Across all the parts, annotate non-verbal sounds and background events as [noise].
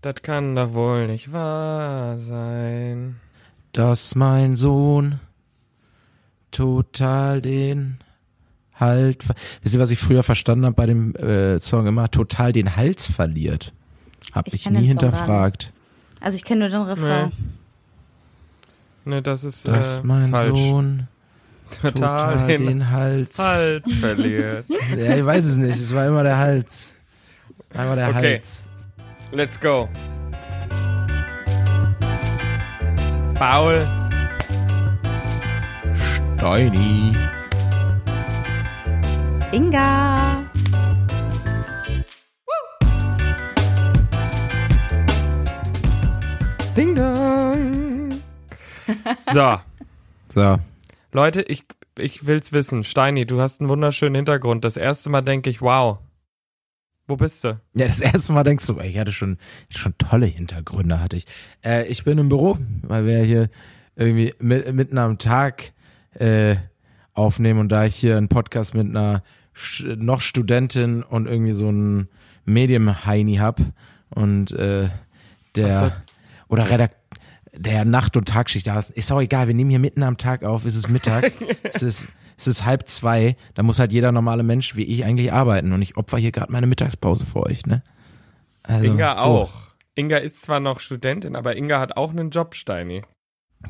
Das kann doch wohl nicht wahr sein. dass mein Sohn total den Halt. ver- Wisst ihr, was ich früher verstanden habe bei dem äh, Song immer? Total den Hals verliert. Hab Ich ich, kenn nie den Song gar hinterfragt. Also ich kenne nur den Refrain. Ne, das ist Dass äh, mein falsch. Sohn [laughs] total, total den, den Hals. Hals verliert. Ja, ich weiß es nicht. Es war immer der Hals. Einmal der Okay. Hals. Let's go. Paul, Deini. Inga! ding [laughs] dong. So, So. Leute, ich, ich will's wissen. Steini, du hast einen wunderschönen Hintergrund. Das erste Mal denke ich, wow. Wo bist du? Ja, das erste Mal denkst du, ey, ich hatte schon, schon tolle Hintergründe, hatte ich. Äh, ich bin im Büro, weil wir ja hier irgendwie mi- mitten am Tag äh, aufnehmen und da ich hier einen Podcast mit einer Sch- noch Studentin und irgendwie so einen Medium-Heini hab und äh, Was der sagt- oder Redakt der Nacht- und Tagschicht da ist, ist auch egal, wir nehmen hier mitten am Tag auf, es [laughs] ist mittags, es ist es ist halb zwei, da muss halt jeder normale Mensch wie ich eigentlich arbeiten und ich opfer hier gerade meine Mittagspause für euch, ne? Also, Inga so. auch. Inga ist zwar noch Studentin, aber Inga hat auch einen Job, Steini.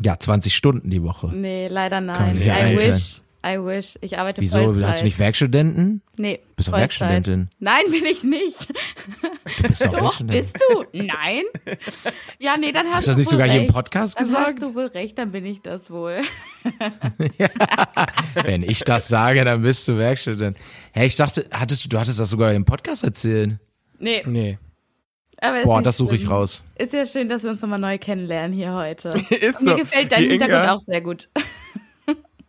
Ja, 20 Stunden die Woche. Nee, leider Kann nein. man sich ja I einteilen. wish. I wish. Ich arbeite Wieso? Vollzeit. Hast du nicht Werkstudenten? Nee, Bist doch Vollzeit. Werkstudentin. Nein, bin ich nicht. Du bist doch Doch, Werkstudentin. bist du? Nein. Ja, nee, dann hast, Hast du das nicht wohl sogar recht. hier im Podcast dann gesagt? Hast du wohl recht, dann bin ich das wohl. [laughs] Wenn ich das sage, dann bist du Werkstudent. Hä, ich dachte, hattest du, du hattest das sogar im Podcast erzählen. Nee, Nee. aber ist Boah, nicht das suche ich schlimm. raus. Ist ja schön, dass wir uns nochmal neu kennenlernen hier heute. [laughs] [laughs] Ist Und mir so. gefällt dein Die Hintergrund Inga- auch sehr gut. [laughs]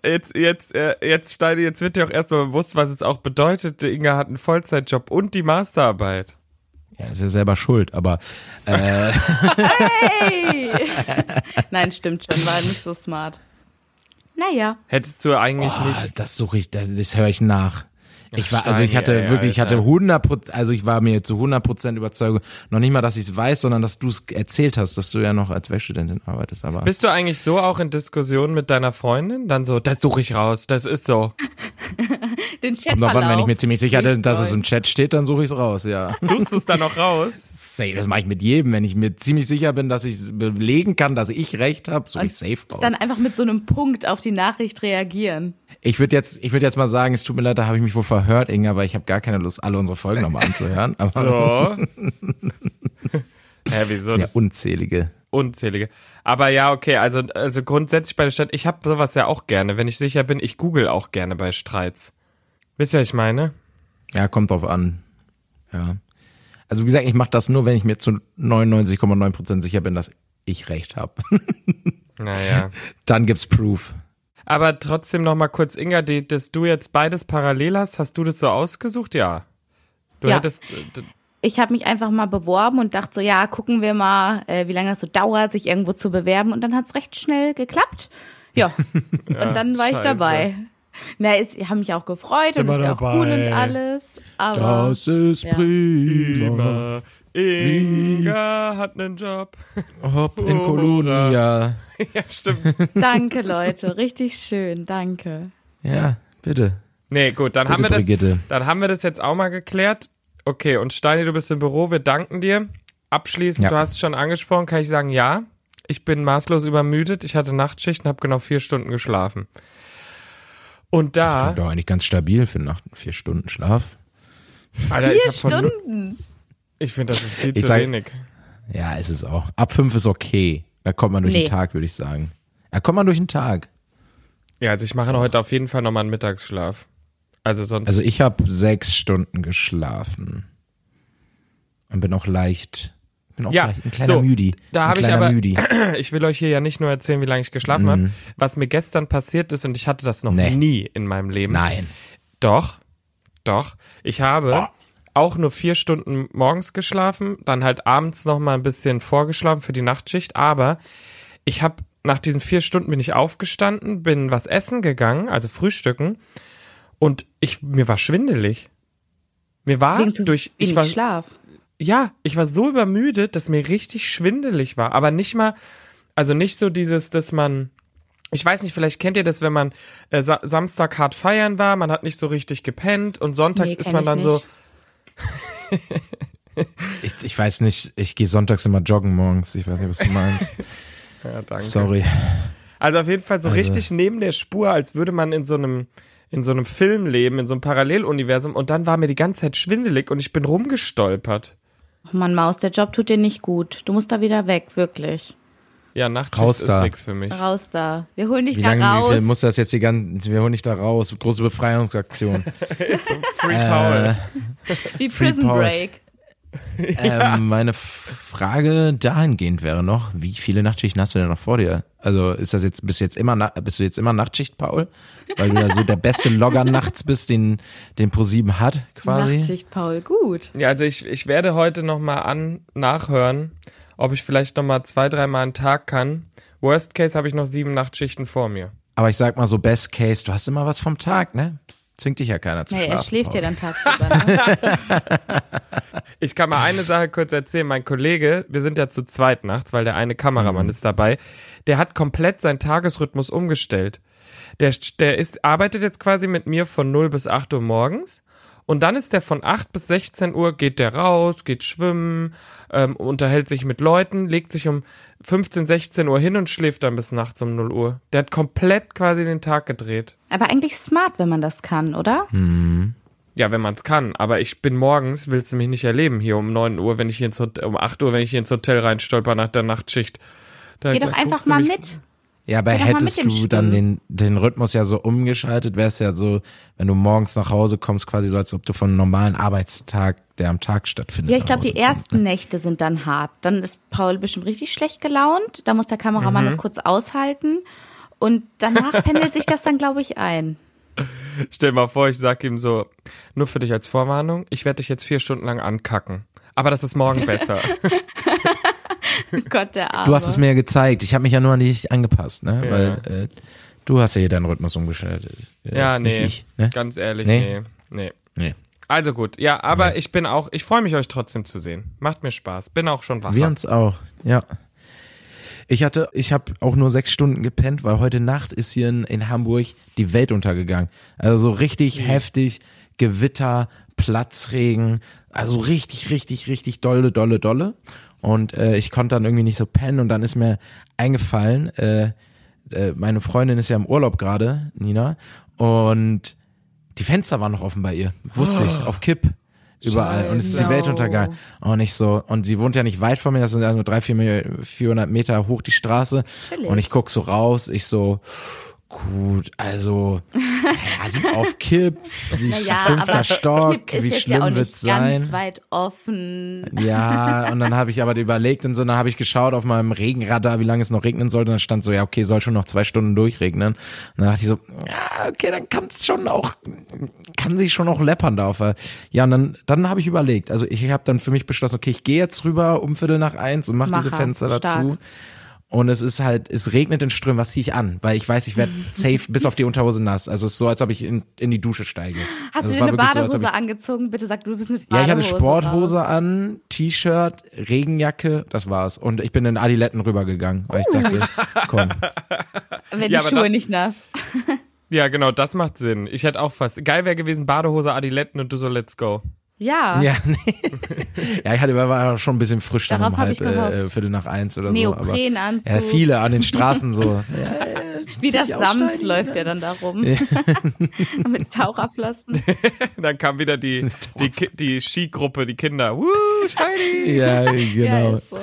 Jetzt, jetzt, äh, jetzt, Steini, jetzt wird dir auch erstmal bewusst, was es auch bedeutet. Die Inga hat einen Vollzeitjob und die Masterarbeit. Ja, das ist ja selber schuld, aber äh, Hey! Nein, stimmt schon, war nicht so smart. Naja, Hättest du eigentlich boah, nicht. Ah, das suche ich, das, das höre ich nach. Ich war, also Steini, ich hatte ey, wirklich, ich hatte Alter. 100 also ich war mir zu 100 Überzeugung, noch nicht mal, dass ich es weiß, sondern dass du es erzählt hast, dass du ja noch als Werkstudentin arbeitest, aber Bist du eigentlich so auch in Diskussionen mit deiner Freundin? Dann so, das suche ich raus, das ist so. den Chat kommt drauf an, wenn ich mir ziemlich sicher bin, Nicht dass es neu. im Chat steht, dann suche ich es raus, [laughs] ja. Suchst du es dann noch raus? Safe, das mache ich mit jedem, wenn ich mir ziemlich sicher bin, dass ich es belegen kann, dass ich recht habe, suche ich safe raus. Dann einfach mit so einem Punkt auf die Nachricht reagieren. Ich würde jetzt, ich würde jetzt mal sagen, es tut mir leid, da habe ich mich wohl verhört, Inga, weil ich habe gar keine Lust, alle unsere Folgen nochmal anzuhören. Aber So. Hä, [laughs] wieso? ja Das unzählige. unzählige. Aber ja, okay, also, also grundsätzlich bei der Stadt, ich habe sowas ja auch gerne. Wenn ich sicher bin, ich google auch gerne bei Streits. Wisst ihr, was ich meine? Ja, kommt drauf an. Ja. Also wie gesagt, ich mache das nur, wenn ich mir zu 99,9% sicher bin, dass ich recht habe. Naja. [laughs] Dann gibt's Proof. Aber trotzdem noch mal kurz, Inga, die, dass du jetzt beides parallel hast, hast du das so ausgesucht? Ja. Du Ja. hättest. äh, d- Ich habe mich einfach mal beworben und dachte so, ja, gucken wir mal, äh, wie lange es so dauert, sich irgendwo zu bewerben. Und dann hat's recht schnell geklappt. [laughs] Ja, und dann war ich scheiße. dabei. Na, ist, ich habe mich auch gefreut und wir ist ja auch dabei. cool und alles. Aber Das ist Ja. prima. Äh, Inga hat einen Job. [laughs] Hopp in Kolonia. ja, stimmt. [laughs] danke, Leute. Richtig schön. Danke. Ja, bitte. Nee, gut, dann haben, wir Bitte, das, Brigitte. dann haben wir das jetzt auch mal geklärt. Okay, und Steini, du bist im Büro, wir danken dir. Abschließend, Ja. du hast es schon angesprochen, kann ich sagen, ja. Ich bin maßlos übermüdet. Ich hatte Nachtschichten, habe genau vier Stunden geschlafen. Und Das da, klingt doch eigentlich ganz stabil für Nacht vier Stunden Schlaf. Alter, ich Vier hab von, nu- Stunden. ich finde, das ist viel Ich zu sag- wenig. Ja, ist es auch. Ab fünf ist okay. Da kommt man durch Nee. den Tag, würde ich sagen. Da kommt man durch den Tag. Ja, also ich mache heute auf jeden Fall nochmal einen Mittagsschlaf. Also sonst. Also ich habe sechs Stunden geschlafen und bin auch leicht, bin auch Ja, leicht ein kleiner so, Müdi. da ein hab ich kleiner aber- Müdi. [clears throat] ich will euch hier ja nicht nur erzählen, wie lange ich geschlafen habe. Was mir gestern passiert ist, und ich hatte das noch Mhm. Nee. nie in meinem Leben. Nein, Doch, doch. Ich habe auch nur vier Stunden morgens geschlafen, dann halt abends nochmal ein bisschen vorgeschlafen für die Nachtschicht, aber ich habe nach diesen vier Stunden bin ich aufgestanden, bin was essen gegangen, also frühstücken, und ich, mir war schwindelig. Mir war Wegen zu durch, ich wenig war, Schlaf. ja, ich war so übermüdet, dass mir richtig schwindelig war. Aber nicht mal, also nicht so dieses, dass man, ich weiß nicht, vielleicht kennt ihr das, wenn man äh, Sa Samstag hart feiern war, man hat nicht so richtig gepennt und sonntags Nee, ist kenn man ich dann so, nicht. Ich, ich weiß nicht, ich gehe sonntags immer joggen morgens. Ich weiß nicht, was du [laughs] meinst. ja, danke. Sorry. Also auf jeden Fall so Also- richtig neben der Spur, als würde man in so einem in so einem Film leben, in so einem Paralleluniversum und dann war mir die ganze Zeit schwindelig und ich bin rumgestolpert. Ach Mann, Maus, der Job tut dir nicht gut. Du musst da wieder weg, wirklich. Ja, Nachtschicht Raus ist da. nix für mich. Raus da. Wir holen dich Wie da lange wie viel raus. muss das jetzt die ganze, wir holen dich da raus, große [laughs] Befreiungsaktion. Free Äh. Paul. Wie Prison Paul. Break. ähm, meine F- Frage dahingehend wäre noch, wie viele Nachtschichten hast du denn noch vor dir? Also ist das jetzt, bist du jetzt immer, Na- bist du jetzt immer Nachtschicht, Paul? Weil du ja so der beste Logger nachts bist, den, den ProSieben hat, quasi. Nachtschicht, Paul. Gut. Ja, also ich, ich werde heute nochmal an nachhören, ob ich vielleicht nochmal zwei, dreimal einen Tag kann. Worst case habe ich noch sieben Nachtschichten vor mir. Aber ich sag mal so, best case, du hast immer was vom Tag, ne? Zwingt dich ja keiner zu schlafen. Naja, er schläft ja Paul. dann tagsüber. Ne? Ich kann mal eine Sache kurz erzählen. Mein Kollege, wir sind ja zu zweit nachts, weil der eine Kameramann ist dabei, der hat komplett seinen Tagesrhythmus umgestellt. Der, der ist, arbeitet jetzt quasi mit mir von 0 bis 8 Uhr morgens. Und dann ist der von 8 bis 16 Uhr, geht der raus, geht schwimmen, ähm, unterhält sich mit Leuten, legt sich um 15, 16 Uhr hin und schläft dann bis nachts um 0 Uhr. Der hat komplett quasi den Tag gedreht. Aber eigentlich smart, wenn man das kann, oder? Hm. Ja, wenn man es kann. Aber ich bin morgens, willst du mich nicht erleben hier um 9 Uhr, wenn ich hier ins Hotel, um 8 Uhr, wenn ich hier ins Hotel reinstolper nach der Nachtschicht. Da, Geh doch da einfach guckst du mal mich- mit. Ja, aber Geh doch mal hättest mit dem du dann den, Schwimmen. den Rhythmus ja so umgeschaltet, wär's ja so, wenn du morgens nach Hause kommst, quasi so, als ob du von einem normalen Arbeitstag, der am Tag stattfindet. Ja, ich nach glaube, die Hause ne? kommst. ersten Nächte sind dann hart. Dann ist Paul bestimmt richtig schlecht gelaunt. Da muss der Kameramann Mhm. das kurz aushalten. Und [laughs] danach pendelt sich das dann, glaube ich, ein. [laughs] Stell mal vor, ich sag ihm so, nur für dich als Vorwarnung, ich werde dich jetzt vier Stunden lang ankacken. Aber das ist [laughs] morgen besser. Gott, der Arme. Du hast es mir ja gezeigt. Ich habe mich ja nur an dich angepasst, ne? Weil äh, du hast ja hier deinen Rhythmus umgeschaltet. ja, nicht nee. Ich, ne? Ganz ehrlich, Nee. nee. nee. nee. Also gut, ja, aber ich bin auch, ich freue mich euch trotzdem zu sehen. Macht mir Spaß. Bin auch schon wach. Wir uns auch, ja. Ich hatte, ich habe auch nur sechs Stunden gepennt, weil heute Nacht ist hier in, in Hamburg die Welt untergegangen. Also so richtig heftig, Gewitter, Platzregen, also richtig, richtig, richtig dolle, dolle, dolle. Und äh, ich konnte dann irgendwie nicht so pennen und dann ist mir eingefallen, äh, äh, meine Freundin ist ja im Urlaub gerade, Nina, und die Fenster waren noch offen bei ihr, wusste ich, auf Kipp. Überall. Und es ist die Scheiße. Weltuntergang. Und ich Genau. so, und sie wohnt ja nicht weit von mir, das sind ja nur drei, vier, Mil- 400 Meter hoch die Straße. Chillig. Und ich guck so raus, ich so, gut, [laughs] also, ja, sind auf Kipp, wie fünfter Stock, Knip ist wie jetzt schlimm ja auch nicht wird's sein? Ganz weit offen. [laughs] Ja, und dann habe ich aber überlegt und so, dann habe ich geschaut auf meinem Regenradar, wie lange es noch regnen sollte. Und dann stand so, ja, okay, soll schon noch zwei Stunden durchregnen. Und dann dachte ich so, ja, okay, dann kann es schon auch, kann sich schon auch läppern da auf. der- Ja, und dann, dann habe ich überlegt. Also ich habe dann für mich beschlossen, okay, ich gehe jetzt rüber um Viertel nach eins und mache diese Macher, Fenster stark. dazu. Und es ist halt, es regnet in Strömen, was ziehe ich an? Weil ich weiß, ich [laughs] werde safe bis auf die Unterhose nass. Also es ist so, als ob ich in, in die Dusche steige. Hast also es du dir war eine wirklich so, Badehose als ob ich angezogen? Bitte sag, du bist mit ja, ich Badehose. hatte Sporthose raus. an, T-Shirt, Regenjacke, das war's. Und ich bin in Adiletten rübergegangen, weil Oh ich dachte, komm. Wenn Ja, die aber Schuhe das- nicht nass. Ja, genau, das macht Sinn. Ich hätte auch fast. Geil wäre gewesen, Badehose, Adiletten und du so, let's go. Ja. Ja, nee. ja, ich hatte war schon ein bisschen frisch dann Darauf um hab halb, ich gehofft. äh, Viertel nach eins oder so. Aber, Neoprenanzug. ja, viele an den Straßen so. Wie das sich aussteigen, Sams läuft er dann da rum. [laughs] mit [laughs] Taucherflossen. Genau. Dann kam wieder [laughs] die, die, Ki- die Skigruppe, die Kinder. Woo, shiny. ja, Ja, genau. ist so.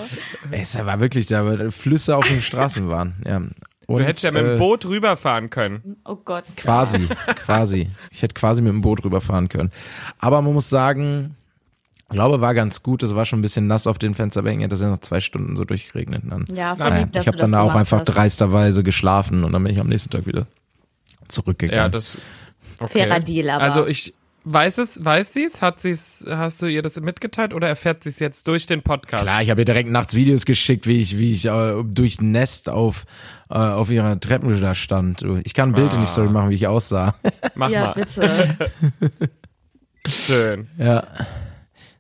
Es war wirklich da, weil Flüsse auf den Straßen waren. Ja. Und, Du hättest ja mit äh, dem Boot rüberfahren können. Oh Gott. Quasi, quasi. Ich hätte quasi mit dem Boot rüberfahren können. Aber man muss sagen, ich glaube, war ganz gut. Es war schon ein bisschen nass auf den Fensterbänken. Hätte es ja noch zwei Stunden so durchgeregnet. und Dann, Ja, voll naja, lieb, dass ich habe du das dann da auch gemacht einfach hast. dreisterweise geschlafen und dann bin ich am nächsten Tag wieder zurückgegangen. Ja, das. Okay. Fairer Deal, aber. Also ich weiß es, weiß sie es, hat sie's, hast du ihr das mitgeteilt oder erfährt sie es jetzt durch den Podcast? Klar, ich habe ihr direkt nachts Videos geschickt, wie ich, wie ich äh, durchs Nest auf, äh, auf ihrer Treppe da stand. Ich kann ein Bild Ah. in die Story machen, wie ich aussah. Mach [laughs] ja, mal. bitte. Schön. Ja. [laughs]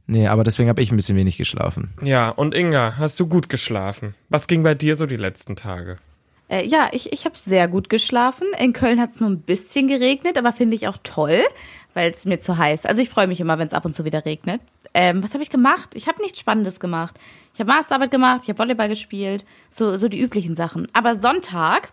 Nee, aber deswegen habe ich ein bisschen wenig geschlafen. Ja, und Inga, hast du gut geschlafen? Was ging bei dir so die letzten Tage? Äh, ja, ich, ich habe sehr gut geschlafen. In Köln hat es nur ein bisschen geregnet, aber finde ich auch toll, weil es mir zu heiß. Also ich freue mich immer, wenn es ab und zu wieder regnet. Ähm, was habe ich gemacht? Ich habe nichts Spannendes gemacht. Ich habe Masterarbeit gemacht, ich habe Volleyball gespielt, so, so die üblichen Sachen. Aber Sonntag,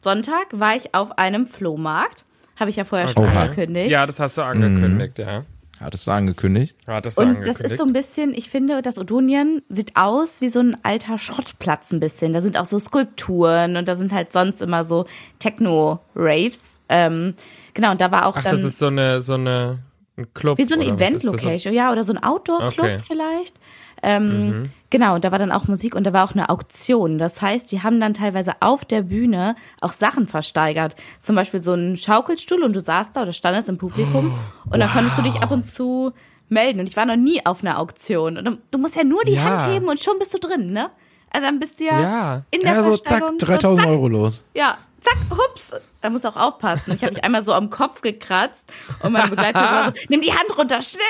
Sonntag war ich auf einem Flohmarkt. Habe ich ja vorher schon Okay. angekündigt. Ja, das hast du angekündigt, ja. Hattest du angekündigt? Hattest du Und das angekündigt. ist so ein bisschen, ich finde, das Odonien sieht aus wie so ein alter Schrottplatz ein bisschen. Da sind auch so Skulpturen und da sind halt sonst immer so Techno-Raves. Ähm, genau, und da war auch Ach, dann das ist so eine, so eine, ein Club. wie so eine oder was ist das? Event-Location, ja, oder so ein Outdoor-Club Okay. Mhm. vielleicht. Ähm, Genau, und da war dann auch Musik und da war auch eine Auktion. Das heißt, die haben dann teilweise auf der Bühne auch Sachen versteigert. Zum Beispiel so einen Schaukelstuhl und du saßt da oder standest im Publikum Oh, und dann konntest du dich ab und zu melden. Und ich war noch nie auf einer Auktion. Und dann- du musst ja nur die Ja. Hand heben und schon bist du drin, ne? Also dann bist du ja, Ja. in der ja, so Versteigerung. zack, so 3000 Euro los. ja, zack, hups. Da musst du auch aufpassen. Ich habe mich einmal so am Kopf gekratzt und meine Begleiterin war so, nimm die Hand runter, schnell.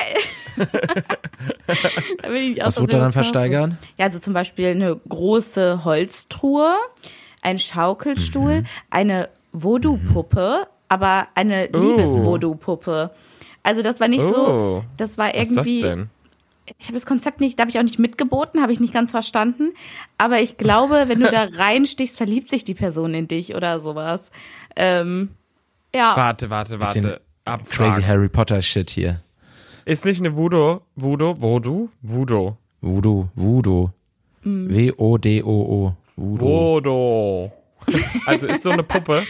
[laughs] Da bin ich auch Was so wurde da dann sehr betroffen. versteigert? Ja, also zum Beispiel eine große Holztruhe, ein Mhm. Schaukelstuhl, eine Voodoo-Puppe, aber eine Liebes-Voodoo-Puppe. Also das war nicht so, Oh. das war Was ist das irgendwie denn? ich habe das Konzept nicht, da habe ich auch nicht mitgeboten, habe ich nicht ganz verstanden. Aber ich glaube, wenn du da [laughs] reinstichst, verliebt sich die Person in dich oder sowas. Ähm, ja, Warte, warte, Bisschen warte. Abfragen. Crazy Harry Potter Shit hier. Ist nicht eine Voodoo, Voodoo, Voodoo, Voodoo, Voodoo, Voodoo. W-O-D-O-O. Oh. Voodoo. Voodoo. Also ist so eine Puppe.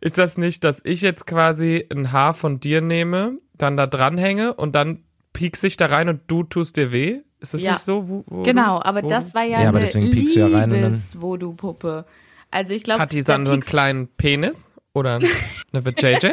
ist das nicht, dass ich jetzt quasi ein Haar von dir nehme, dann da dranhänge und dann piekse ich da rein und du tust dir weh? Ist das Ja. nicht so? Wo- Voodoo? genau, aber das war ja, Oh. Ja, aber eine deswegen piekst du ja rein und dann- Liebes-Voodoo-Puppe. Also ich glaube, Hat die dann so einen kleinen Penis? Oder [laughs] eine JJ?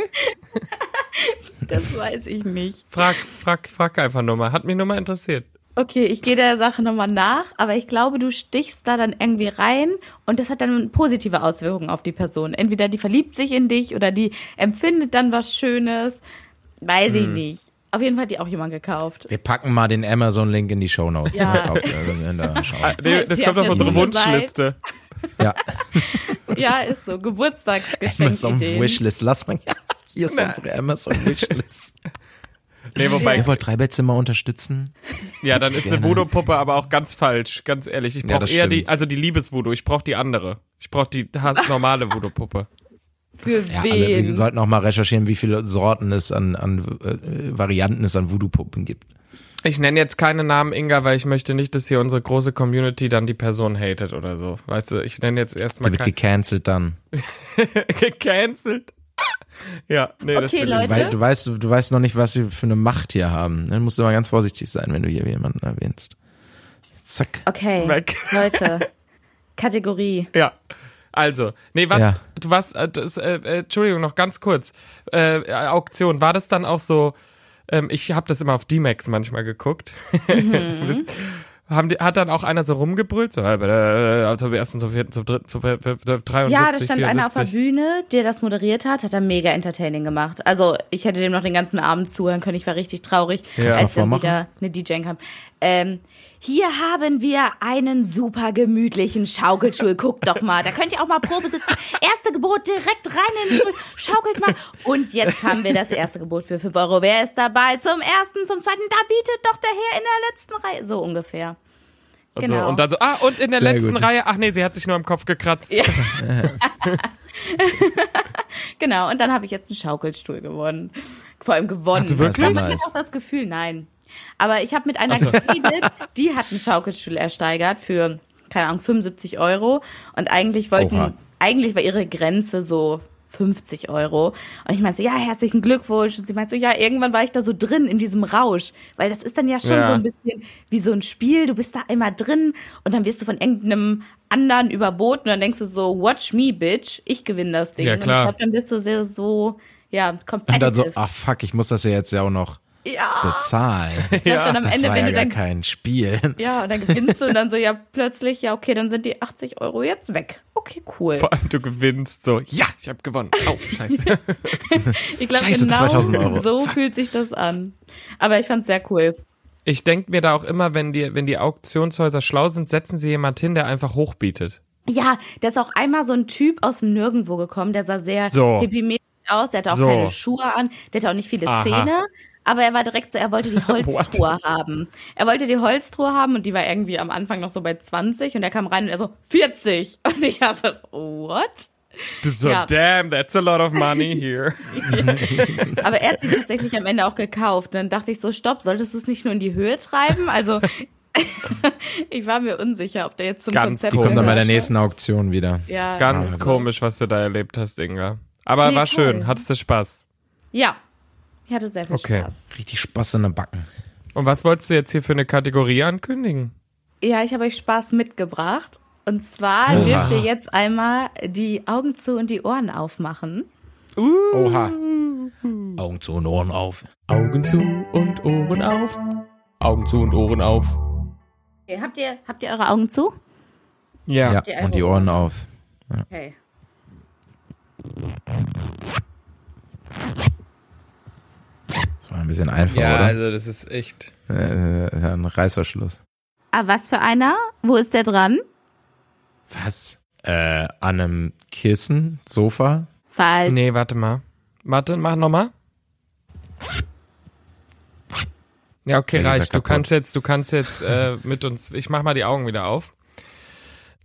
das weiß ich nicht. Frag, frag, frag einfach nur mal. Hat mich nur mal interessiert. Okay, ich gehe der Sache nochmal nach, aber ich glaube, du stichst da dann irgendwie rein und das hat dann positive Auswirkungen auf die Person. Entweder die verliebt sich in dich oder die empfindet dann was Schönes. Weiß Hm. ich nicht. Auf jeden Fall hat die auch jemand [laughs] gekauft. Wir packen mal den Amazon-Link in die Shownotes. Ja. Auf, äh, in der Show. Ah, Nee, das Sie kommt hat auf unsere jetzt gesagt- Wunschliste. ja. Ja, ist so. Geburtstagsgeschenkideen. Amazon-Wishlist. Lass mal. Ja, hier ist unsere Amazon-Wishlist. Nee, wobei, Ihr wollt Dreibettzimmer unterstützen? ja, dann ist eine Voodoo-Puppe aber auch ganz falsch, ganz ehrlich. Ich Ja, brauche das eher die, stimmt. also die Liebes-Voodoo, ich brauche die andere. Ich brauche die [laughs] has- normale Voodoo-Puppe. Für Ja, alle, wir wen? sollten auch mal recherchieren, wie viele Sorten es an, an äh, Varianten es an Voodoo-Puppen gibt. Ich nenne jetzt keine Namen, Inga, weil ich möchte nicht, dass hier unsere große Community dann die Person hatet oder so. Weißt du, ich nenne jetzt Die erstmal wird kein- gecancelt dann. [laughs] gecancelt. ja, nee, das will Okay, ich Leute. nicht. Weil du weißt, du weißt noch nicht, was wir für eine Macht hier haben. Dann musst du mal ganz vorsichtig sein, wenn du hier jemanden erwähnst. Zack. Okay, Weg. Leute. [laughs] Kategorie. Ja. Also, nee, warte, Ja. du warst, äh, das, äh, äh, Entschuldigung, noch ganz kurz. Äh, äh, Auktion, war das dann auch so, ähm, ich habe das immer auf D-Max manchmal geguckt. Mhm. [laughs] Haben die, hat dann auch einer so rumgebrüllt, so, äh, äh, zum ersten, zum vierten, zum dritten, zum vier- vier- vier- 73, Ja, da stand einer auf der 74. Bühne, der das moderiert hat, hat er mega entertaining gemacht. Also ich hätte dem noch den ganzen Abend zuhören können. Ich war richtig traurig, Kannst du mal als dann vormachen? wieder eine DJ kam. Ähm, hier haben wir einen super gemütlichen Schaukelstuhl. Guckt doch mal, da könnt ihr auch mal Probe sitzen. Erste Gebot direkt rein in den Stuhl. Schaukelt mal. Und jetzt haben wir das erste Gebot für 5 Euro. Wer ist dabei? Zum ersten, zum zweiten. Da bietet doch der Herr in der letzten Reihe. So ungefähr. Also, Und, Genau. so, und dann so, ah, und in der Sehr letzten gut. Reihe, ach nee, sie hat sich nur am Kopf gekratzt. Genau, und dann habe ich jetzt einen Schaukelstuhl gewonnen. Vor allem gewonnen. Hast du wirklich? Ich habe Nice. auch das Gefühl, nein. Aber ich habe mit einer geredet, die hat einen Schaukelstuhl ersteigert für, keine Ahnung, 75 Euro. Und eigentlich wollten, Oha. eigentlich war ihre Grenze so 50 Euro. Und ich meinte so, ja, herzlichen Glückwunsch. Und sie meinte so, ja, irgendwann war ich da so drin in diesem Rausch. Weil das ist dann ja schon Ja. so ein bisschen wie so ein Spiel. Du bist da einmal drin und dann wirst du von irgendeinem anderen überboten. Und dann denkst du so, watch me, bitch. Ich gewinne das Ding. Ja, klar. Und ich glaub, dann bist du sehr so, ja, Und dann competitive. so, ah fuck, ich muss das ja jetzt ja auch noch ja. bezahlen. Ja, und [laughs] am Das Ende, war wenn ja du gar dann, kein Spiel. ja, und dann gewinnst du und dann so, ja, plötzlich, ja, okay, dann sind die 80 Euro jetzt weg. Okay, cool. Vor allem du gewinnst so, ja, ich habe gewonnen. Oh, [laughs] scheiße. Ich glaube, Scheiße, genau 2000 Euro. so fühlt sich das an. Aber ich fand's sehr cool. ich denke mir da auch immer, wenn die, wenn die Auktionshäuser schlau sind, setzen sie jemand hin, der einfach hochbietet. Ja, da ist auch einmal so ein Typ aus dem Nirgendwo gekommen, der sah sehr So. hippie-mäßig aus, der hatte auch So. keine Schuhe an, der hatte auch nicht viele Aha. Zähne, aber er war direkt so, er wollte die Holztruhe [laughs] What? haben. Er wollte die Holztruhe haben und die war irgendwie am Anfang noch so bei 20 und er kam rein und er so, 40! [laughs] Und ich war so, what? Du so, Ja. damn, that's a lot of [laughs] money here. Aber er hat sie tatsächlich am Ende auch gekauft. Dann dachte ich so, stopp, solltest du es nicht nur in die Höhe treiben? Also, [laughs] ich war mir unsicher, ob der jetzt zum Ganz Konzept Die Kommt dann bei der gehört. nächsten Auktion wieder. Ja, Ganz Ja. komisch, was du da erlebt hast, Inga. Aber Nee, war toll. schön, hattest du Spaß. ja. Ich hatte sehr viel Okay. Spaß. Richtig Spaß in den Backen. Und was wolltest du jetzt hier für eine Kategorie ankündigen? Ja, ich habe euch Spaß mitgebracht. Und zwar dürft ihr jetzt einmal die Augen zu und die Ohren aufmachen. Oha. Augen zu und Ohren auf. Augen zu und Ohren auf. Augen zu und Ohren auf. Okay, habt ihr, habt ihr eure Augen zu? Ja. Ja, Die und die Ohren auf. Okay. Das war ein bisschen einfach, Ja, oder? also das ist echt. Äh, das ist ja ein Reißverschluss. Ah, was für einer? Wo ist der dran? Was? Äh, an einem Kissen, Sofa? Falsch. Nee, warte mal. Warte, mach nochmal. Ja, okay, Ja, die ist ja reicht. Du kaputt. kannst jetzt, du kannst jetzt [laughs] äh, mit uns. Ich mach mal die Augen wieder auf.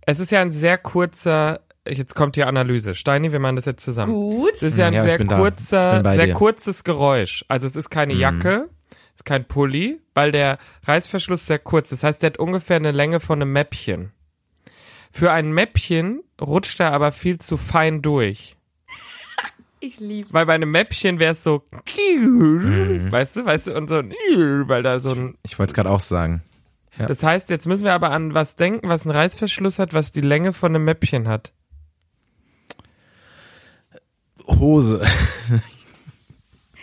Es ist ja ein sehr kurzer. Jetzt kommt die Analyse. Steini, wir machen das jetzt zusammen. Es Gut. ist ja ein Ja, ich sehr bin da. Ich kurzer, bin bei sehr dir. Mhm. kurzes Geräusch. Also es ist keine Jacke, es ist kein Pulli, weil der Reißverschluss sehr kurz ist. Das heißt, der hat ungefähr eine Länge von einem Mäppchen. Für ein Mäppchen rutscht er aber viel zu fein durch. Ich lieb's. Weil bei einem Mäppchen wäre es so, Mhm. weißt du, weißt du, und so ein, weil da so ein, Ich wollte es gerade auch sagen. das heißt, jetzt müssen wir aber an was denken, was einen Reißverschluss hat, was die Länge von einem Mäppchen hat. Hose.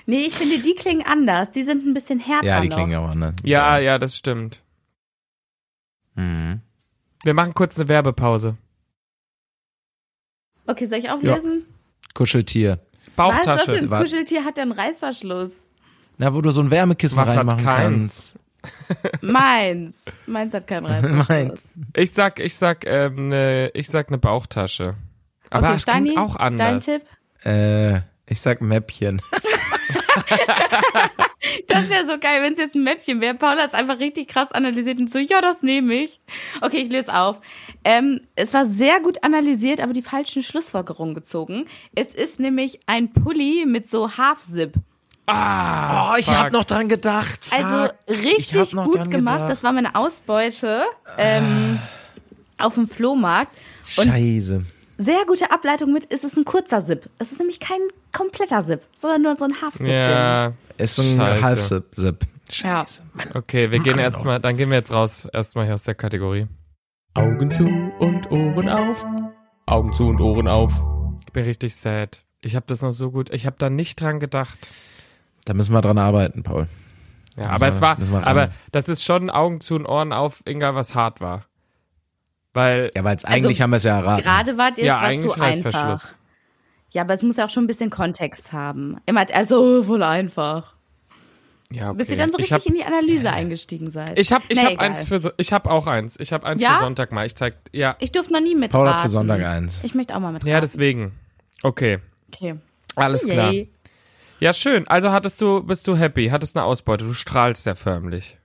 Nee, ich finde, die klingen anders. Die sind ein bisschen härter Ja, die noch. klingen auch anders. Ja, ja, das stimmt. Mhm. Wir machen kurz eine Werbepause. Okay, soll ich auflösen? Kuscheltier. Was, was für Bauchtasche. ein Warte. Kuscheltier hat denn Reißverschluss? Na, wo du so ein Wärmekissen Was hat reinmachen keins? kannst. Meins. Meins [laughs] hat keinen Reißverschluss. Meins. Ich sag, ich sag, ähm, ne, ich sag eine Bauchtasche. Aber Okay, es klingt Steini, auch dein anders. Tipp? Äh, ich sag Mäppchen. Das wäre so geil, wenn es jetzt ein Mäppchen wäre. Paula hat es einfach richtig krass analysiert und so, ja, das nehme ich. Okay, ich löse auf. Ähm, es war sehr gut analysiert, aber die falschen Schlussfolgerungen gezogen. Es ist nämlich ein Pulli mit so Half-Zip. Ah, ich hab noch dran gedacht. Also richtig noch gut dran gemacht. gedacht. Das war meine Ausbeute ähm, auf dem Flohmarkt. Und Scheiße. sehr gute Ableitung mit, es ist ein kurzer Zip. Es ist nämlich kein kompletter Zip, sondern nur so ein Half-Zip-Ding. Ja, Ist so ein Scheiße. Half-Zip. Ja. okay, wir gehen Mann, erstmal, dann gehen wir jetzt raus, erstmal hier aus der Kategorie. Augen zu und Ohren auf. Augen zu und Ohren auf. Ich bin richtig sad. Ich habe das noch so gut, ich habe da nicht dran gedacht. Da müssen wir dran arbeiten, Paul. Ja, aber wir- es war, müssen wir ran. aber das ist schon Augen zu und Ohren auf, Inga, was hart war. Weil, Ja, weil Also, jetzt eigentlich haben wir es ja erraten. Gerade wart ihr, Ja, es war eigentlich zu einfach. Reißverschluss. Ja, aber es muss ja auch schon ein bisschen Kontext haben. Immer, also, wohl einfach. ja, okay. Bis ihr dann so ich hab, richtig in die Analyse eingestiegen seid. ich hab, ich Na, hab egal. eins für, so- ich hab auch eins. Ich hab eins Ja? für Sonntag mal. Ich zeig, ja, Ich durfte noch nie mitraten. Paul hat für Sonntag eins. Ich möchte auch mal mitraten. ja, deswegen. Okay, Okay. alles klar. Yay. Ja, schön. Also hattest du, bist du happy, hattest eine Ausbeute, du strahlst ja förmlich.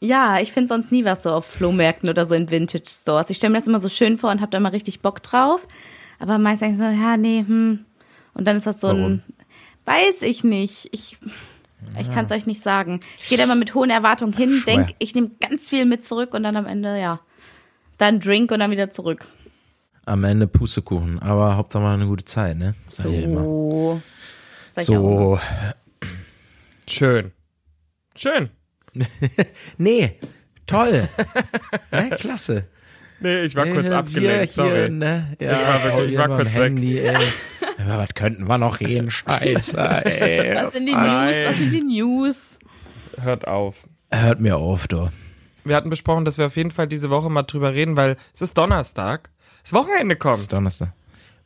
Ja, ich finde sonst nie was so auf Flohmärkten oder so in Vintage-Stores. Ich stelle mir das immer so schön vor und habe da mal richtig Bock drauf. Aber meist denke ich so, ja, nee, hm. Und dann ist das so ein, Warum? weiß ich nicht. Ich, ich kann es euch nicht sagen. Ich gehe da immer mit hohen Erwartungen hin, Schwer. denk, ich nehme ganz viel mit zurück und dann am Ende, ja, dann Drink und dann wieder zurück. Am Ende Pustekuchen, aber Hauptsache mal eine gute Zeit, ne? Sag ich immer. So. Sag ich auch immer. So. Schön. Schön. Nee, toll. [laughs] ja, klasse. Nee, ich war Äh, kurz wir abgelenkt, Hier, sorry. ne? ja, war wirklich- Paul ich hier war beim kurz weg. Handy, ey. [laughs] Über was könnten wir noch reden? Scheiße, ey. Was sind die News? Was sind die News? Hört auf. Hört mir auf, du. Wir hatten besprochen, dass wir auf jeden Fall diese Woche mal drüber reden, weil es ist Donnerstag. Das Wochenende Ist kommt. Donnerstag.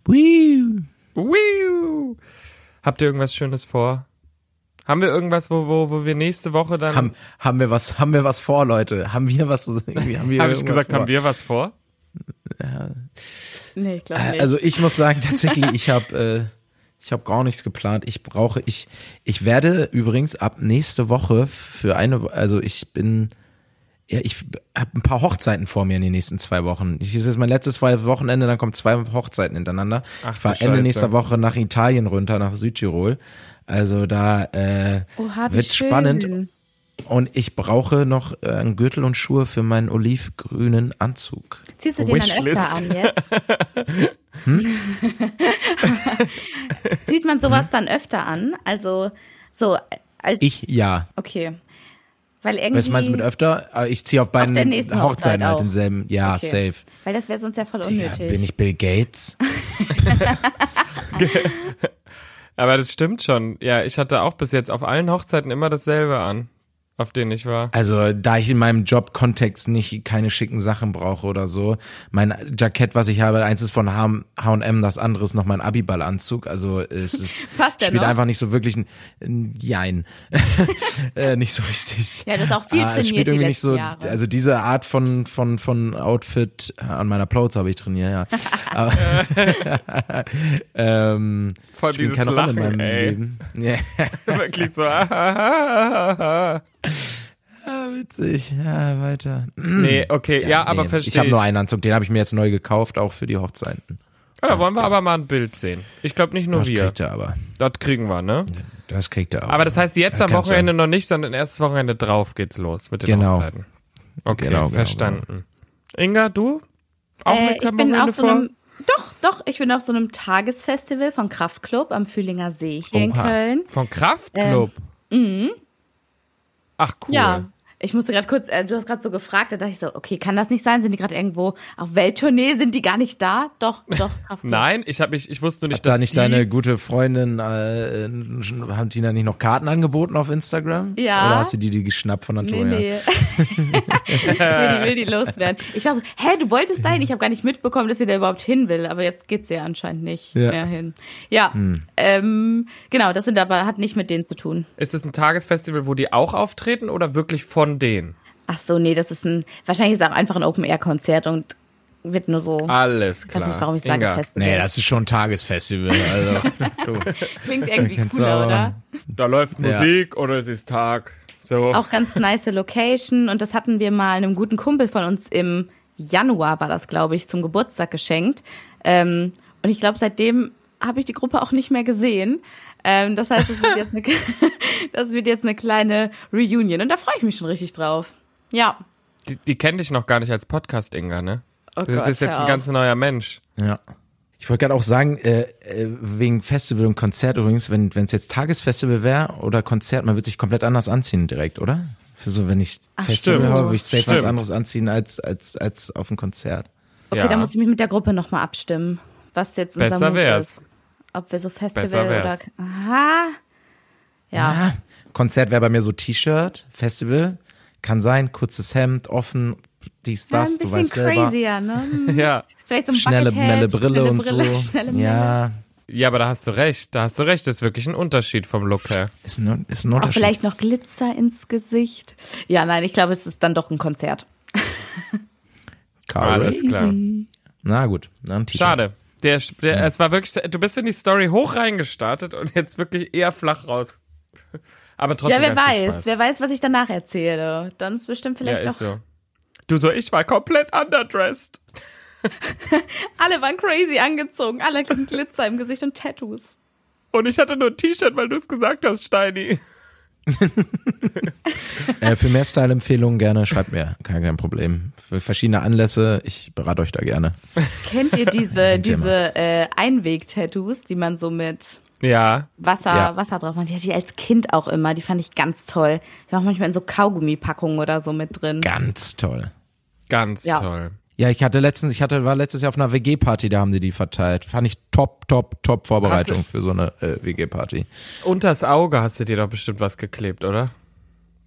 Whee! Wiu. Habt ihr irgendwas Schönes vor? Haben wir irgendwas, wo, wo, wo wir nächste Woche dann. Haben, haben wir was, haben wir was vor, Leute? Haben wir was, irgendwie, haben wir Hab ich irgendwas gesagt, vor? haben wir was vor? Nee, ich glaube nicht. Also ich muss sagen, [laughs] tatsächlich, ich habe äh, ich habe gar nichts geplant. Ich brauche ich ich werde übrigens ab nächste Woche für eine Wo- also ich bin ja, ich habe ein paar Hochzeiten vor mir in den nächsten zwei Wochen. Ich ist jetzt mein letztes Wochenende, dann kommen zwei Hochzeiten hintereinander. Ach, ich fahre du Ende Scheiße. nächster Woche nach Italien runter, nach Südtirol. Also da äh, Oha, Oh, wie wird schön. spannend. Und ich brauche noch äh, einen Gürtel und Schuhe für meinen olivgrünen Anzug. Ziehst du den dann öfter Wishlist. an jetzt? Hm? [laughs] [laughs] Sieht man sowas dann öfter an? Also, so, als, Ich ja. okay. Weil irgendwie. Was meinst du mit öfter? Ah, Ich ziehe auf beiden Mhm. der nächsten Hochzeiten Hochzeit halt auch. denselben. Ja, Okay. safe. Weil das wäre sonst ja voll Ja, unnötig. bin ich Bill Gates? Aber das stimmt schon. Ja, ich hatte auch bis jetzt auf allen Hochzeiten immer dasselbe an, auf denen ich war. Also, da ich in meinem Jobkontext nicht keine schicken Sachen brauche oder so. Mein Jackett, was ich habe, eins ist von H- H&M, das andere ist noch mein Abiball-Anzug. Also, [laughs] es ist, Passt der spielt noch? einfach nicht so wirklich ein, ein Jein. [laughs] äh, nicht so richtig. Ja, das ist auch viel Ah, trainiert es spielt die irgendwie nicht letzten so, Jahre. also diese Art von, von, von Outfit äh, an meiner Plauze habe ich trainiert, [laughs] ja. Aber, [laughs] ähm, Voll spielt dieses keine Rolle in Lachen, meinem ey. Leben. Ja, [laughs] Wirklich so. ah, ah, ah, ah. ah, witzig. Ja, weiter. nee, okay, ja, aber Hm. nee, verstehe Ich habe nur einen Anzug, den habe ich mir jetzt neu gekauft, auch für die Hochzeiten. Ja, da wollen wir aber mal ein Bild sehen. Ich glaube nicht nur Das wir. kriegt er aber. Das kriegen wir, ne? Das kriegt er auch. Aber das heißt jetzt Ja, am kannst du- Wochenende noch nicht, sondern erstes Wochenende drauf geht's los mit den Genau. Hochzeiten. Okay, Genau, genau, verstanden. Inga, du? Auch Äh, nichts ich am bin Wochenende auf so vor? einem, doch, doch, ich bin auf so einem Tagesfestival von Kraftclub am Fühlinger See hier in Oha. Köln. Von Kraftclub? Ach, cool. Ähm, mhm. Ja. Ich musste gerade kurz, äh, du hast gerade so gefragt, da dachte ich so, okay, kann das nicht sein? Sind die gerade irgendwo auf Welttournee? Sind die gar nicht da? Doch, [laughs] doch. Kraftclub. Nein, ich habe mich, ich wusste nur nicht, Hat da dass nicht die, deine gute Freundin, äh, äh, haben die da nicht noch Karten angeboten auf Instagram? Ja. Oder hast du die, die geschnappt von Nee, Antonia? nee. [laughs] nee. Die will die loswerden. Ich war so, hä, du wolltest dahin? Ich habe gar nicht mitbekommen, dass sie da überhaupt hin will, aber jetzt geht's ja anscheinend nicht Ja. Hm. mehr hin. Ja, ähm, genau, das sind aber, hat nicht mit denen zu tun. ist es ein Tagesfestival, wo die auch auftreten oder wirklich von denen? Ach so, nee, das ist ein, wahrscheinlich ist es auch einfach ein Open-Air-Konzert und wird nur so, Alles ich weiß klar. nicht, warum ich sage Inga, Festival. Ah, Nee, das ist schon ein Tagesfestival. [laughs] Also, du. [laughs] Klingt irgendwie Kannst du cooler, aber- oder? da läuft Ja. Musik oder es ist Tag. So. Auch ganz nice Location und das hatten wir mal einem guten Kumpel von uns im Januar war das, glaube ich, zum Geburtstag geschenkt. Ähm, und ich glaube, seitdem habe ich die Gruppe auch nicht mehr gesehen. Ähm, das heißt, das wird, jetzt eine, [laughs] das wird jetzt eine kleine Reunion und da freue ich mich schon richtig drauf. Ja. Die, die kennt dich noch gar nicht als Podcast, Inga, ne? Oh Du bist hör jetzt ein auf. ganz neuer Mensch. Ja. Ich wollte gerade auch sagen, äh, äh, wegen Festival und Konzert übrigens, wenn es jetzt Tagesfestival wäre oder Konzert, man wird sich komplett anders anziehen direkt, oder? Für so, wenn ich Festival stimmt. habe, würde ich safe was Stimmt. anderes anziehen als, als, als auf ein Konzert. Okay, ja. da muss ich mich mit der Gruppe nochmal abstimmen, was jetzt unser Besser Mut wär's. ist. [laughs] Ob wir so Besser Festival oder... wär's. Aha. Ja. Ah, Konzert wäre bei mir so T-Shirt, Festival, kann sein, kurzes Hemd, offen, dies, ja, das, du ein bisschen weißt selber. crazier, ne? Ja. Vielleicht so ein Schnelle, Buckethead, schnelle Brille schnelle und Brille, [laughs] so. Schnelle Brille. ja, Ja, aber da hast du recht. Da hast du recht. Das ist wirklich ein Unterschied vom Look her. ist ein, ist ein Auch Unterschied. vielleicht noch Glitzer ins Gesicht. Ja, nein, ich glaube, es ist dann doch ein Konzert. Alles klar. Na gut, dann T-Shirt. Schade. Der, der, Es war wirklich, so- du bist in die Story hoch reingestartet und jetzt wirklich eher flach raus. [laughs] Aber Ja, trotzdem. wer ganz viel weiß, Spaß. wer weiß, was ich danach erzähle. Dann ist bestimmt vielleicht ja, doch. ist so. Du so, ich war komplett underdressed. Alle waren crazy angezogen, alle hatten Glitzer im Gesicht und Tattoos. Und ich hatte nur ein T-Shirt, weil du es gesagt hast, Steini. Äh, für mehr Style-Empfehlungen gerne schreibt mir, kein, kein Problem. Für verschiedene Anlässe, ich berate euch da gerne. Kennt ihr diese, Ein Thema. diese äh, Einweg-Tattoos, die man so mit Ja. Wasser, Ja. Wasser drauf macht? Die hatte ich als Kind auch immer, die fand ich ganz toll. Die war auch manchmal in so Kaugummipackungen oder so mit drin. Ganz toll. Ganz Ja. toll. Ja, ich hatte letztens, ich hatte, war letztes Jahr auf einer WG-Party, da haben die die verteilt. Fand ich top, top, top Vorbereitung Hast für so eine äh, WG-Party. Unters Auge hast du dir doch bestimmt was geklebt, oder?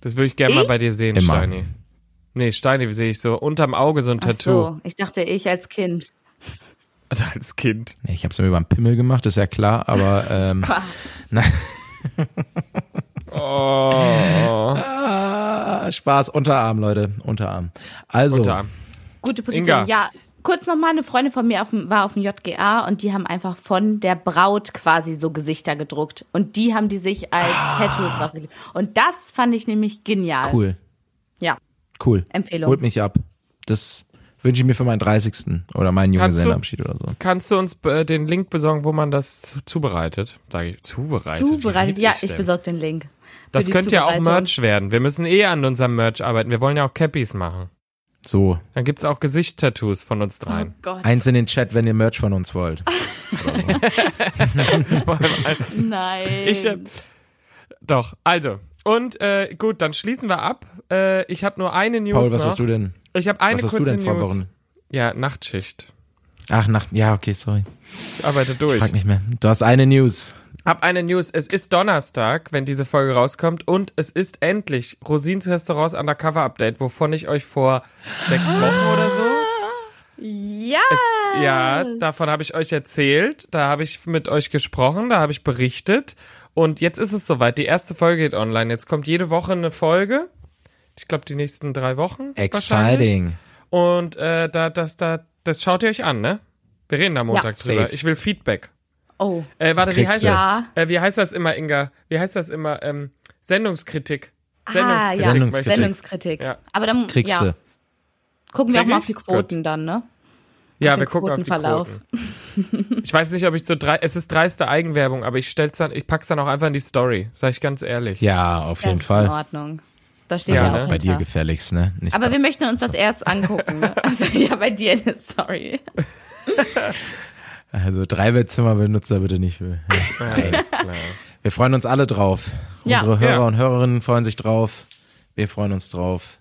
Das würde ich gerne mal Ich? bei dir sehen, Immer. Steini. Nee, Steini, wie sehe ich so? Unterm Auge so ein Ach Tattoo. so, ich dachte, ich als Kind. [laughs] Also als Kind. Nee, [laughs] Ich hab's mir über den Pimmel gemacht, ist ja klar, aber ähm, Oh, Ah, Spaß, Unterarm, Leute, Unterarm. Also, Unterarm. Gute Position. Inga. Ja, kurz nochmal, eine Freundin von mir auf dem, war auf dem JGA und die haben einfach von der Braut quasi so Gesichter gedruckt. Und die haben die sich als Ah. Tattoos draufgelegt. Und das fand ich nämlich genial. cool, Äh, Ja, cool. Empfehlung. Holt mich ab. Das wünsche ich mir für meinen 30. oder meinen Kannst du- Junggesellenabschied oder so. Kannst du uns äh, den Link besorgen, wo man das zu- zubereitet? Sag ich, zubereitet. Wie zubereitet. red Ja, ich denn? besorge den Link. für Das die könnte ja auch Zubereitung. Merch werden. Wir müssen eh an unserem Merch arbeiten. Wir wollen ja auch Cappies machen. So, Dann gibt's auch Gesichtstattoos von uns Oh dreien. Gott, eins in den Chat, wenn ihr Merch von uns wollt. Ah. [laughs] [laughs] nein. Ich, äh, doch, also. Und äh, gut, dann schließen wir ab. Äh, ich habe nur eine News Paul, was noch. hast du denn? Ich habe eine was hast kurze du denn vor News. Wochen? Ja, Nachtschicht. Ach, nach, ja, okay, sorry. Ich arbeite durch. Frag nicht mehr. Du hast eine News. Hab eine News. Es ist Donnerstag, wenn diese Folge rauskommt. Und es ist endlich Rosins Restaurants Undercover Update, wovon ich euch vor sechs Wochen oder so. ja. Es, ja, davon habe ich euch erzählt. Da habe ich mit euch gesprochen. Da habe ich berichtet. Und jetzt ist es soweit. Die erste Folge geht online. Jetzt kommt jede Woche eine Folge. Ich glaube, die nächsten drei Wochen. wahrscheinlich. Exciting. Und äh, da, das, da, das schaut ihr euch an, ne? Wir reden am Montag safe. drüber. Ich will Feedback. Oh. Äh, warte, wie Kriegst heißt, du. das? Ja. Äh, wie heißt das immer, Inga? Wie heißt das immer? Ähm, Sendungskritik. Sendungskritik. ah, ja. möchte ich. Sendungskritik. Ja. Aber dann Kriegst ja, du. gucken wir auch Krieg mal ich? auf die Quoten dann, ne? Ja, Auf wir den gucken auf die Quotenverlauf. Quoten. Ich weiß nicht, ob ich so drei. Es ist dreiste Eigenwerbung, aber ich stell's dann, ich pack's dann auch einfach in die Story, sag ich ganz ehrlich. Ja, auf Das jeden ist In Fall. Ordnung. Da steht ja, Also ne? auch bei dir hinter. gefälligst, ne? Nicht Aber bei- wir möchten uns das erst angucken. Ne? [laughs] Also ja, bei dir in der Story. also Dreibettzimmer benutzt er bitte nicht. Alles klar. Wir freuen uns alle drauf. Ja. Unsere Hörer Ja. und Hörerinnen freuen sich drauf. Wir freuen uns drauf.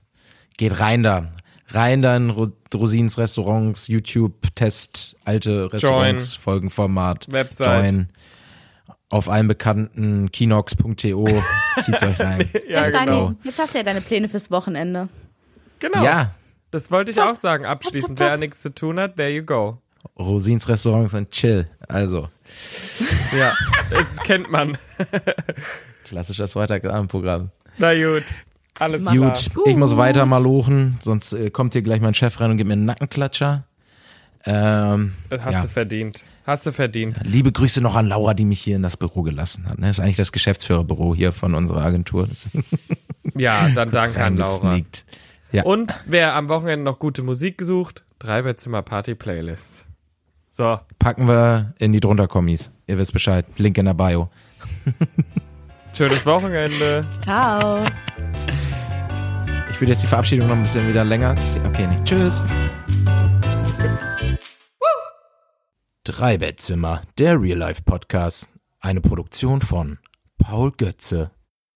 Geht rein da. Rein da in Ro- Rosins Restaurants, YouTube, Test, alte Restaurants, Folgenformat. Website. Join. Auf allen bekannten [laughs] kinox.to. Zieht's euch rein. Ja, Stani, genau. Jetzt hast du ja deine Pläne fürs Wochenende. Genau. Ja. Das wollte ich auch sagen, abschließend. Top, top, Wer top. nichts zu tun hat, there you go. Rosins Restaurants und Chill. Also, Ja, das kennt [laughs] man. klassisches Freitagabendprogramm. Na gut. Alles Mach klar. Gut, ich muss weiter malochen, sonst äh, kommt hier gleich mein Chef rein und gibt mir einen Nackenklatscher. Ähm, Das Hast ja. du verdient. Hast du verdient. Liebe Grüße noch an Laura, die mich hier in das Büro gelassen hat. Ne? Das ist eigentlich das Geschäftsführerbüro hier von unserer Agentur. Deswegen Ja, dann danke an Laura. reingesneakt. Ja. Und wer am Wochenende noch gute Musik gesucht, Dreibettzimmer Party Playlist. So, Packen wir in die drunter Kommis. Ihr wisst Bescheid. Link in der Bio. schönes Wochenende. Ciao. Ich würde jetzt die Verabschiedung noch ein bisschen wieder länger. ziehen. Okay, nee. Tschüss. Drei Bettzimmer, der Real Life Podcast. Eine Produktion von Paul Götze